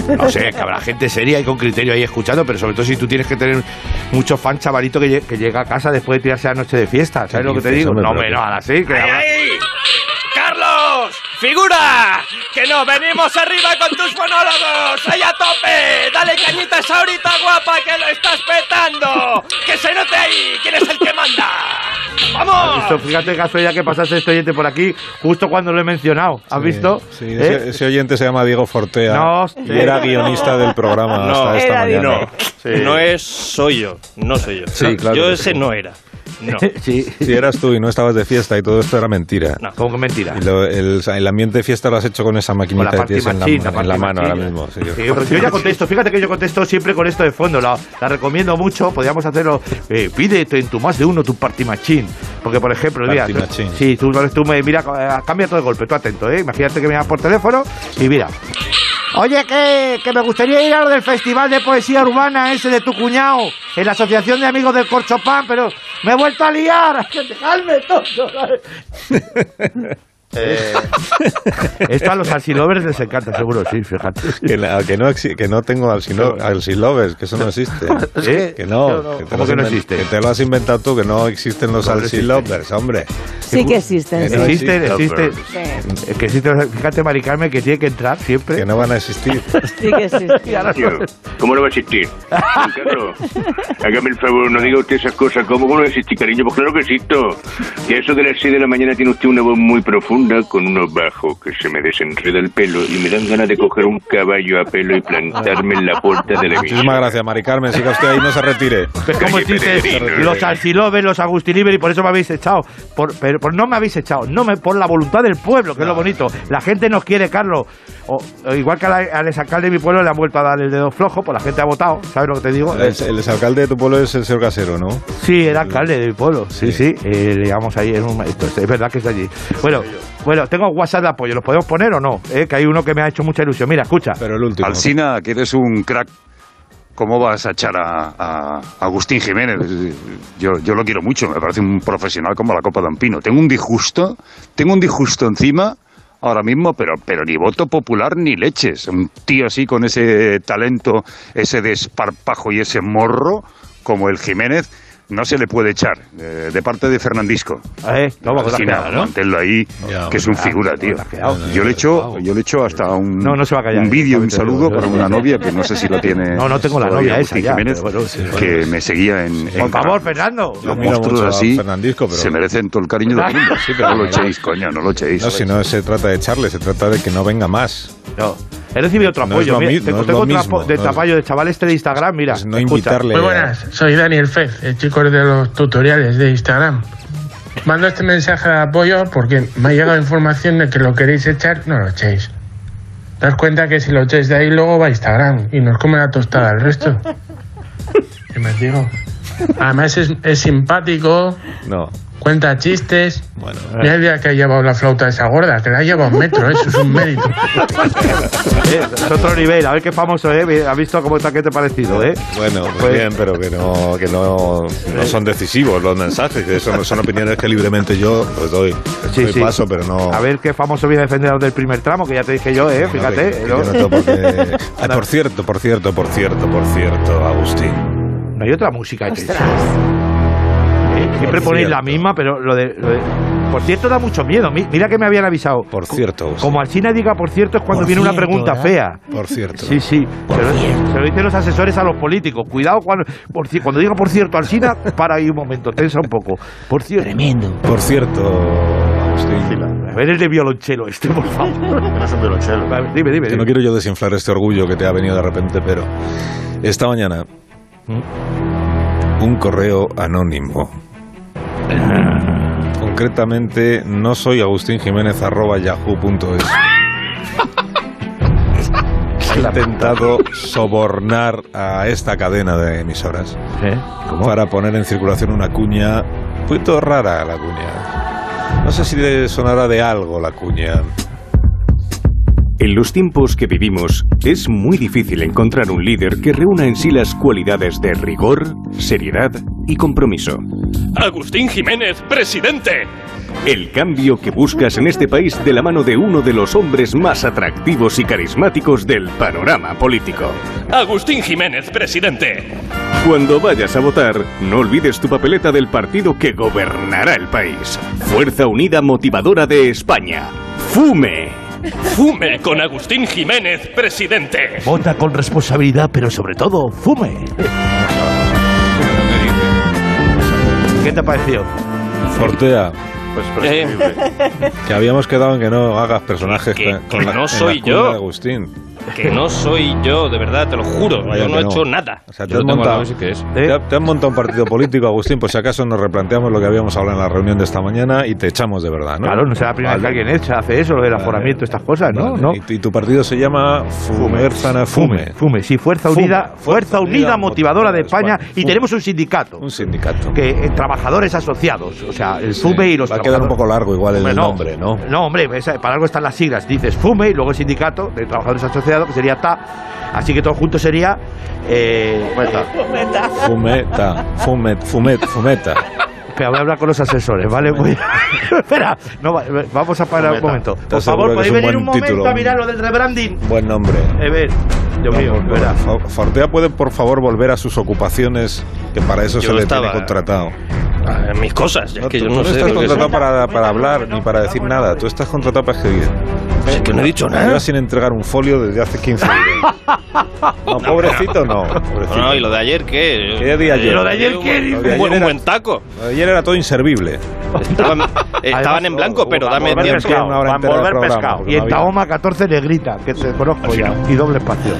S2: No sé, que habrá gente seria y con criterio ahí escuchando, pero sobre todo si tú tienes que tener mucho fan chavalito que, lle- que llega a casa después de tirarse la noche de fiesta. ¿Sabes lo que te
S1: dices,
S2: digo?
S1: hombre,
S2: No,
S1: pero
S2: me no,
S1: qué-
S2: a las 6.
S9: ¡Carlos! ¡Figura! ¡Que no! ¡Venimos arriba con tus monólogos! ¡Ahí a tope! ¡Dale cañitas ahorita, guapa, que lo estás petando! ¡Que se note ahí! ¿Quién es el que manda?
S2: ¿Has
S9: ¡Vamos!
S2: visto? Fíjate, Gasto, ya que pasaste este oyente por aquí, justo cuando lo he mencionado. ¿Has visto?
S1: Sí, ese,
S2: ¿Eh?
S1: ese oyente se llama Diego Fortea
S2: No,
S1: y era guionista del programa
S9: No,
S1: hasta esta mañana.
S9: no. No es soy yo. No soy yo.
S1: Sí, claro.
S9: Yo ese no era. No.
S1: Si eras tú y no estabas de fiesta y todo esto era mentira.
S2: No, ¿Cómo que mentira?
S1: Y lo- el, el ambiente de fiesta lo has hecho con esa maquinita
S2: Con la
S1: que tienes en la,
S2: partimachín, la
S1: en la mano ahora
S2: partimachín.
S1: mismo. sí.
S2: Sí, pero yo ya contesto, fíjate que yo contesto siempre con esto de fondo, la, la recomiendo mucho, podríamos hacerlo, eh, pídete en tu más de uno tu party machine, porque por ejemplo, mira,
S1: Party
S2: tú-
S1: machine.
S2: sí, tú, tú me mira, eh, cambia todo de golpe, tú atento, ¿eh? imagínate que me llamas por teléfono y mira, Oye, que, que me gustaría ir a lo del Festival de Poesía Urbana ese de tu cuñado, en la Asociación de Amigos del Corchopán, pero me he vuelto a liar. ¡Dejadme todo!
S6: Eh,
S2: Esto a los Alsilovers les encanta, seguro, sí, fíjate.
S1: Que, la- que no, exi- que no tengo al Silovers, que eso no existe.
S2: ¿Eh?
S1: Que no,
S2: No, no.
S1: te lo
S2: ¿Cómo
S1: has
S2: que no
S1: inven-
S2: existe?
S1: Que te lo has inventado tú, que no existen los
S2: No, no existe.
S1: Alsilovers, hombre.
S16: Sí que existen.
S1: Que no
S2: Existen,
S1: existen.
S2: existen. Eh, Que existen, fíjate, Mari Carmen, que tiene que entrar siempre. Que
S1: no van a existir.
S16: Sí que existen.
S5: Tío, ¿Cómo no va a existir? Juan Carlos, hágame el favor, no diga usted esas cosas. ¿Cómo no existe, cariño? Pues claro que existo. Y a eso de las 6 de la mañana tiene usted una voz muy profunda con unos bajos que se me desenreda el pelo y me dan ganas de coger un caballo a pelo y plantarme en la puerta de la emisora.
S1: Muchísimas gracias, Mari Carmen. Siga usted ahí, no se retire.
S2: ¿Cómo existe? este, Los Alsilovers, los Agustiniver, y por eso me habéis echado. Por, pero, por- no me habéis echado, no me, por la voluntad del pueblo, que es lo bonito. La gente nos quiere, Carlos. O, o igual que a la- al exalcalde de mi pueblo le han vuelto a dar el dedo flojo, pues la gente ha votado, ¿sabes lo que te digo?
S1: El, el exalcalde de tu pueblo es el señor Casero, ¿no?
S2: Sí, era alcalde de mi pueblo. Sí, sí, eh, le llamamos ahí. en un- esto, es verdad que es de allí. Bueno, bueno, tengo WhatsApp de apoyo. ¿Los podemos poner o no? Eh, que hay uno que me ha hecho mucha ilusión. Mira, escucha.
S1: Pero el último.
S24: Alcina, que eres un crack. ¿Cómo vas a echar a, a Agustín Jiménez? Yo, yo lo quiero mucho, me parece un profesional como la Copa de un Pino. Tengo un disgusto, tengo un disgusto encima ahora mismo, pero, pero ni voto popular ni leches. Un tío así con ese talento, ese desparpajo y ese morro como el Jiménez, no se le puede echar. eh, de parte de Fernandisco.
S2: Eh, ¿cómo que te has
S24: Alcina,
S2: quedado, no?
S24: manténlo ahí, que es un
S2: ah,
S24: figura,
S2: ¿cómo
S24: tío.
S2: te has quedado?
S24: Yo le echo, yo le echo hasta un,
S2: No, no se va a callar.
S24: un vídeo, un
S2: Ahorita te digo,
S24: saludo
S2: yo
S24: para
S2: sí,
S24: una
S2: sí.
S24: novia que no sé si lo tiene.
S2: No, no tengo la
S24: todavía,
S2: novia esa
S24: Agustín
S2: ya,
S24: Jiménez,
S2: pero bueno, sí,
S24: que me seguía en.
S2: Por favor, Fernando.
S1: Yo
S24: Los
S1: miro
S24: monstruos
S1: mucho a
S24: así
S1: Fernandisco, pero-
S24: se merecen todo el cariño del mundo.
S1: Sí, pero-
S24: no lo echéis, coño, no lo echéis.
S1: No, si no se trata de echarle, se trata de que no venga más.
S2: No. He recibido otro
S1: No es
S2: apoyo.
S1: lo
S2: mira,
S1: mi-
S2: tengo
S1: no es
S2: tengo
S1: lo
S2: otro
S1: mismo,
S2: apo- de
S1: no es-
S2: Tapayo, de chaval este de Instagram. Mira,
S1: no
S2: escucha.
S1: invitarle
S25: Muy buenas, soy Daniel Fez, el chico de los tutoriales de Instagram. Mando este mensaje de apoyo porque me ha llegado información de que lo queréis echar, no lo echéis. Daos cuenta que si lo echáis de ahí, luego va a Instagram y nos come la tostada el resto. ¿Qué me digo? Además es, es simpático,
S1: No.
S25: cuenta chistes.
S1: Bueno.
S25: Mira el día que ha llevado la flauta esa gorda, que la ha llevado un metro, eso es un mérito.
S2: Eh, es otro nivel. A ver qué famoso, ¿eh? ¿Ha visto cómo está? ¿Qué te ha parecido, eh?
S1: Bueno, pues,
S2: Pues-
S1: bien, pero que no, que no, no son decisivos los mensajes, que son, son opiniones que libremente yo pues doy,
S2: Sí,
S1: doy
S2: sí.
S1: paso, pero no.
S2: A ver qué famoso viene a defender a los del primer tramo, que ya te dije yo, eh.
S1: no, que-
S2: Fíjate.
S1: que
S2: ¿no?
S1: yo no tengo por qué- Ay, por cierto, por cierto, por cierto, por cierto, Agustín.
S2: No hay otra música. que Eh, Siempre
S1: Por
S2: ponéis
S1: cierto.
S2: la misma, pero lo de, lo de- Por cierto, da mucho miedo. Mi- Mira que me habían avisado.
S1: Por cierto.
S2: Como Alcina diga, por cierto, es cuando
S1: Por
S2: viene una
S1: cierto,
S2: pregunta
S1: ¿eh?
S2: fea.
S1: Por cierto.
S2: Sí, sí. Se lo, se lo dicen los asesores a los políticos. Cuidado cuando, por ci- cuando diga, por cierto, Alcina, para ahí un momento, tensa un poco. Por cierto. Tremendo.
S1: Por cierto, Agustín.
S2: A ver el de violonchelo este, por favor. es un violonchelo. Dime, dime.
S1: Que no quiero yo desinflar este orgullo que te ha venido de repente, pero esta mañana un correo anónimo. Concretamente, no soy Agustín Jiménez arroba yahoo.es. Ha intentado sobornar a esta cadena de emisoras para poner en circulación una cuña. Un poquito rara la cuña. No sé si le sonará de algo la cuña.
S10: En los tiempos que vivimos, es muy difícil encontrar un líder que reúna en sí las cualidades de rigor, seriedad y compromiso.
S7: Agustín Jiménez, presidente.
S10: El cambio que buscas en este país de la mano de uno de los hombres más atractivos y carismáticos del panorama político.
S7: Agustín Jiménez, presidente.
S10: Cuando vayas a votar, no olvides tu papeleta del partido que gobernará el país. Fuerza Unida Motivadora de España. ¡Fume!
S7: Fume con Agustín Jiménez, presidente.
S2: Vota con responsabilidad, pero sobre todo, fume. ¿Qué te ha parecido?
S1: Fortea.
S7: prescindible.
S1: Que habíamos quedado en que no hagas personajes con- con la,
S7: que no
S1: en la
S7: soy
S1: cuña
S7: yo.
S1: de Agustín.
S7: Que no soy yo, de verdad, te lo juro.
S1: Vaya
S7: yo no
S1: que
S7: he hecho nada.
S1: O sea, te, has montado, te ha- te han montado un partido político, Agustín. Pues si acaso nos replanteamos lo que habíamos hablado en la reunión de esta mañana y te echamos de verdad, ¿no?
S2: Claro, no será la primera vez que alguien echa, hace eso, lo del aforamiento, estas cosas, ¿no?
S1: Vale.
S2: ¿No?
S1: Y, y tu partido se llama Fumerzana Fume.
S2: Fume, sí, Fuerza Unida, Fuerza Unida Motivadora de España y
S1: Fume.
S2: tenemos un sindicato. Un
S1: sindicato.
S2: Que eh, trabajadores asociados, o sea, el FUME y los
S1: Va a quedar un
S2: trabajadores.
S1: poco largo igual el nombre,
S2: Hombre,
S1: ¿no?
S2: No, hombre, esa- para algo están las siglas. Dices FUME y luego el sindicato de trabajadores asociados, que sería TA. Así que todo junto sería. Eh,
S1: Fumeta, fumet, fumeta.
S2: Espera, voy a hablar con los asesores, ¿vale? Voy a- Espera, no, va- vamos a parar un
S1: Cometa.
S2: momento.
S1: Te
S2: Por favor,
S1: aseguro que es
S2: podéis
S1: un
S2: venir
S1: buen
S2: un momento
S1: título.
S2: a mirar lo del rebranding.
S1: Buen nombre.
S2: A ver, Dios mío,
S1: Vamos,
S2: espera.
S1: Fo- Fortea puede, por favor, volver a sus ocupaciones, que para eso
S26: Yo
S1: se le
S26: estaba-
S1: tiene contratado.
S26: Ah, mis cosas, es que
S1: tú
S26: yo
S1: tú
S26: no sé.
S1: estás
S26: lo que-
S1: contratado para, para hablar ni para decir nada. Tú estás contratado para escribir.
S26: Es que no he dicho nada.
S1: Llevas sin entregar un folio desde hace 15 días. No, pobrecito no. pobrecito.
S26: No, ¿y lo de ayer qué? Eh,
S1: ¿Qué de ayer?
S26: ¿Lo de ayer qué?
S1: Lo
S26: Un,
S1: de ayer
S26: buen- un
S1: era-
S26: buen taco.
S1: Ayer era todo inservible.
S26: Estaban, Eh, estaban en
S2: oh,
S26: blanco, pero dame
S1: volver
S26: tiempo.
S1: pescado, Una hora van entera de volver programa, pescado. porque
S2: Y
S1: no
S2: en
S1: había-
S2: Tahoma 14 negrita, que te conozco ya. Y doble espacio.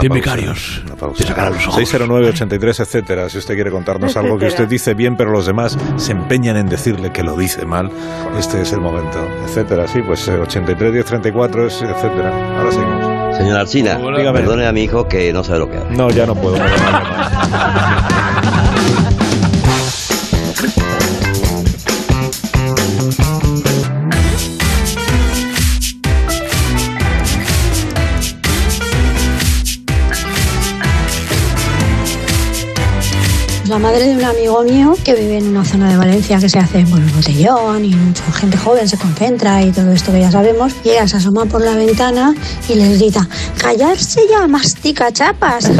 S1: Tiene becarios. Te sacarán los ojos. 609, 83, etcétera. Si usted quiere contarnos algo que usted dice bien, pero los demás se empeñan en decirle que lo dice mal, este es el momento, etcétera. Sí, pues eh, 83, 10, 34, es- etcétera. Ahora seguimos.
S27: Señora China,
S1: Dígame.
S27: perdone a mi hijo que no sabe lo que hace.
S1: No, ya no puedo. no, no, no, no.
S12: La madre de un amigo mío que vive en una zona de Valencia que se hace bueno, un botellón y mucha gente joven se concentra y todo esto que ya sabemos. Y ella se asoma por la ventana y les grita: ¡Callarse ya, mastica chapas!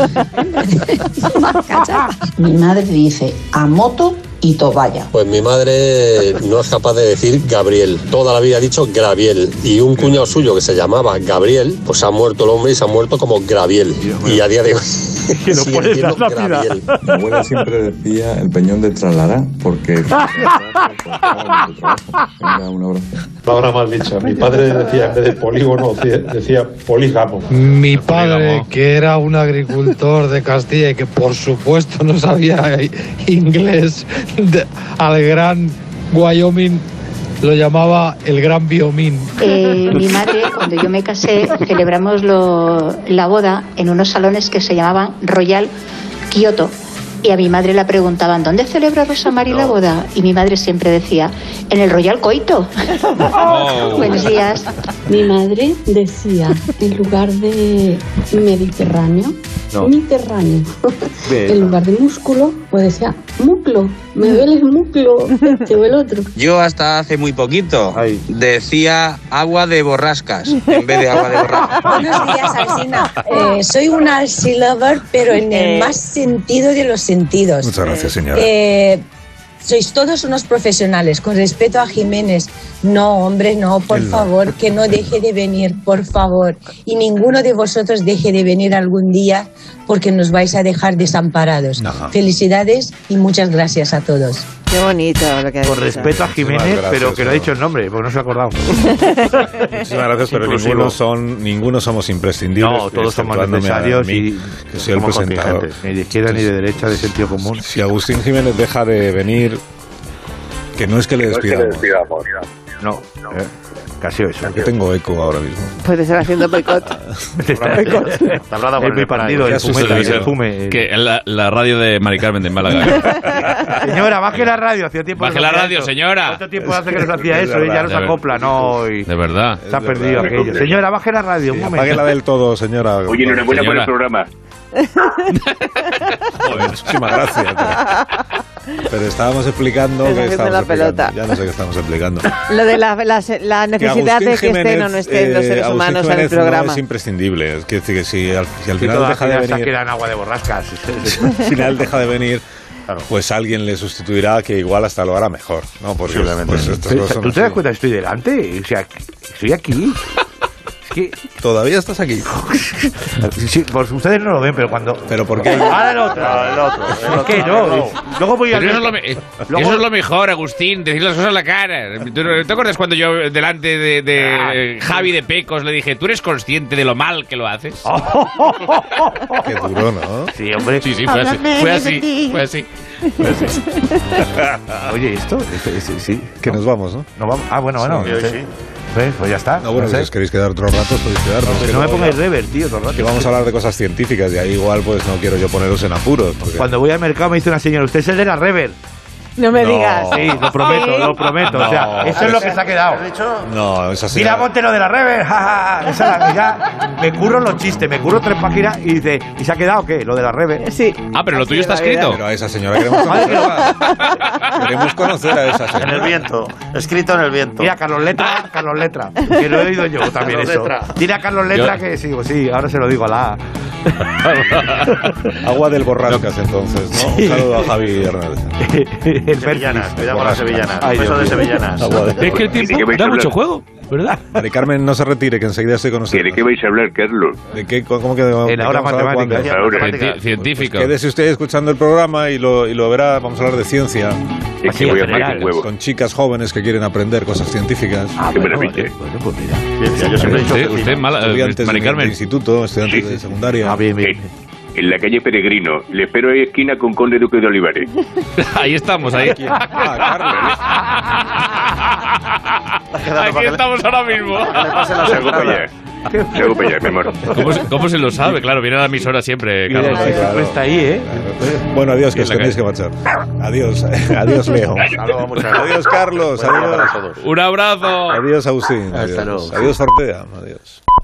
S28: Mi madre dice Eh, a moto y toballa.
S29: Pues mi madre no es capaz de decir Gabriel. Toda la vida ha dicho Graviel. Y un cuñado suyo que se llamaba Gabriel, pues ha muerto el hombre y se ha muerto como Graviel. Y a día de hoy. sigue diciendo Graviel.
S24: Mi abuela siempre decía el peñón de Traslada porque
S9: Ahora más dicho, mi padre decía, en vez de polígono, decía polígamo.
S25: Mi padre, que era un agricultor de Castilla y que por supuesto no sabía i- inglés, de- al gran Wyoming lo llamaba el gran Wyoming.
S22: Eh, mi madre, cuando yo me casé, celebramos lo- la boda en unos salones que se llamaban Royal Kyoto. Y a mi madre la preguntaban, ¿dónde celebra Rosa María la boda? Y mi madre siempre decía, en el Royal Coito.
S3: Oh.
S7: Oh.
S22: Buenos días.
S30: Mi madre decía, en lugar de Mediterráneo,
S31: No.
S30: Mediterráneo. En lugar de músculo, pues decía,
S12: "Oh,
S30: muclo, me duele el muclo, te duele el otro.
S25: Yo hasta hace muy poquito decía agua de borrascas en vez de agua de borrascas.
S22: Buenos días, Alsina.
S12: Eh,
S22: soy una Alsilover,
S12: Pero en
S22: Eh.
S12: el más sentido de los sentidos.
S1: Muchas gracias, señora.
S12: Eh, sois todos unos profesionales, con respeto a Jiménez. No, hombre, no, por
S1: Él no.
S12: favor, que no deje de venir, por favor. Y ninguno de vosotros deje de venir algún día porque nos vais a dejar desamparados. Felicidades y muchas gracias a todos.
S2: Qué bonito lo que Por respeto a Jiménez,
S1: Muchísimas gracias,
S2: pero que no ha dicho el nombre, porque no se ha acordado.
S1: Muchísimas gracias, pero
S2: Inclusivo.
S1: ninguno, son, ninguno somos imprescindibles.
S2: No, todos somos
S1: exceptuándome a
S2: necesarios
S1: mí,
S2: y
S1: que soy el
S2: somos
S1: presentador.
S2: contingentes, ni de izquierda ni de derecha, de sentido común.
S1: Si Agustín Jiménez deja de venir, que no es que le despidamos.
S2: No, eh, casi eso.
S1: Porque tengo eco ahora mismo.
S15: Pues te están haciendo boicot.
S2: Te habrá dado por
S15: Es mi
S2: el partido,
S15: partido,
S2: el
S15: ya
S7: Puede
S2: fumeta,
S7: ser
S2: el fume.
S7: Que la, la radio de Mari Carmen de Málaga.
S2: Señora, baje la radio. Hacía tiempo que
S7: Baje
S2: no
S7: la
S2: hacía
S7: radio,
S2: eso.
S7: señora.
S2: ¿Cuánto tiempo hace que nos hacía eso? Y ya nos acopla, no. De
S7: verdad.
S2: Se ha perdido aquello. Señora, baje la radio, un momento.
S1: Apáguela del todo, señora.
S10: Oye, enhorabuena por el
S1: Señora.
S10: programa.
S1: Muchísimas gracias. Pero, pero estábamos explicando
S15: Estás
S1: que
S15: haciendo
S1: estábamos
S15: la
S1: explicando.
S15: pelota.
S1: Ya no sé qué estamos explicando.
S15: Lo de la, la- la
S1: Que
S15: necesidad
S1: Agustín
S15: de que estén o no estén los
S1: eh,
S15: seres
S1: Agustín
S15: humanos en el
S1: Jiménez no
S15: programa.
S1: es imprescindible. Es que, decir que si al, si al
S2: Si
S1: final
S2: todas
S1: deja de
S2: las ideas
S1: venir,
S2: eran agua de borrascas.
S1: al final deja de venir, pues alguien le sustituirá que igual hasta lo hará mejor. No, porque pues, estas cosas no
S2: ¿Tú te das
S1: son-
S2: cuenta que estoy delante? O sea, estoy aquí. Es que...
S1: Todavía estás aquí.
S2: Sí, pues ustedes no lo ven, pero cuando.
S1: Pero porque
S2: Ahora el otro,
S1: Ah,
S2: el otro. Es que no. Luego voy a
S7: Pero eso,
S2: ver.
S7: es lo, me- eh, eso es lo mejor, Agustín, decir las cosas a la cara. ¿Tú no- ¿Te acuerdas cuando yo delante de, de, eh, Javi de Pecos le dije, ¿tú eres consciente de lo mal que lo haces?
S1: Qué duro, ¿no?
S2: Sí, hombre.
S7: Ah, Sí, sí, fue así. Fue así. Fue así.
S2: Oye, ¿esto? este,
S1: Que nos vamos, ¿no?
S2: Nos vamos. Ah, bueno, bueno.
S1: Sí, hoy sí.
S2: ¿Ves? Pues ya está.
S1: No, bueno,
S2: sé.
S1: si os queréis quedar otro rato, os podéis quedar.
S2: No, pero no me pongáis rever, tío, todo el rato.
S1: Que vamos a hablar de cosas científicas y ahí igual pues no quiero yo poneros en apuros. porque-
S2: Cuando voy al mercado me dice una señora, ¿usted es el de la Rever?
S32: No me digas.
S2: Sí, lo prometo, lo prometo. O sea,
S1: Oh. No,
S2: eso es lo que
S1: pues-
S2: se ha quedado.
S1: No, esa
S2: Mira,
S1: será...
S2: Montero de la Rever, ja, ja, ja. Esa la- ya me curro los chistes, me curro tres páginas y dice, ¿y se ha quedado qué? Lo de la Rever.
S32: Sí.
S7: Ah, pero lo tuyo está
S2: la vida.
S7: escrito.
S1: Pero a esa señora queremos conocerla. queremos conocer a esa
S24: En el
S1: señora.
S24: viento, escrito en el viento.
S2: Mira, Carlos Letra, Carlos Letra, que lo he oído yo también
S24: Carlos
S2: eso.
S24: Letra.
S2: Dile a Carlos Letra
S1: Yo-
S2: que sí, pues sí, ahora se lo digo a la...
S1: Agua del borrascas, entonces, ¿no? Un saludo a Javi Hernández.
S2: el
S24: Sevillanas, cuidado con las sevillanas.
S1: Ay,
S24: Beso de
S1: Dios mío.
S24: sevillanas.
S1: Agua del
S7: Es que el
S1: borrascas.
S7: tiempo da mucho juego, ¿verdad?
S1: Mari Carmen, no se retire, que enseguida estoy con usted.
S10: ¿De qué vais a hablar, Carlos?
S1: ¿De qué? ¿Cómo que de
S2: En la hora
S1: qué vamos a hablar
S2: matemática.
S1: cuándo?
S10: Ahora.
S7: Cienti- Científico.
S1: Quédese usted escuchando el programa y lo, y lo verá. Vamos a hablar de ciencia.
S10: Es que
S2: en
S10: voy a
S2: general,
S10: hacer un huevo.
S1: Con chicas jóvenes que quieren aprender cosas científicas.
S10: Qué maravilla.
S24: Ciencia, yo siempre he dicho
S7: Usted,
S24: que sí.
S7: usted es
S2: Ah, eh,
S7: mala,
S1: Estudiantes
S7: Mari
S1: de- de
S7: Carmen.
S1: instituto, estudiantes de secundaria.
S10: En la calle Peregrino. Le espero ahí esquina con Conde Duque de Olivares.
S7: Ahí estamos, ahí.
S1: Aquí- ah, Carlos.
S7: Ah, ¿eh? Aquí estamos ahora mismo.
S10: Salgo para allá. Salgo para allá, mi amor.
S7: ¿Cómo, se- cómo se lo sabe? Claro, viene a la emisora siempre,
S2: Mira,
S7: Carlos.
S2: siempre
S1: claro.
S2: está ahí, ¿eh?
S1: Bueno, adiós, que os
S7: la
S1: tenéis que marchar. Adiós, adiós, Leo.
S24: Hasta luego, muchas gracias.
S1: Adiós, Carlos.
S24: Buenas tardes
S1: Adiós.
S24: a todos.
S7: Un abrazo.
S1: Adiós, Agustín.
S24: Hasta
S1: Adiós,
S24: luego.
S1: adiós Ortega. Adiós.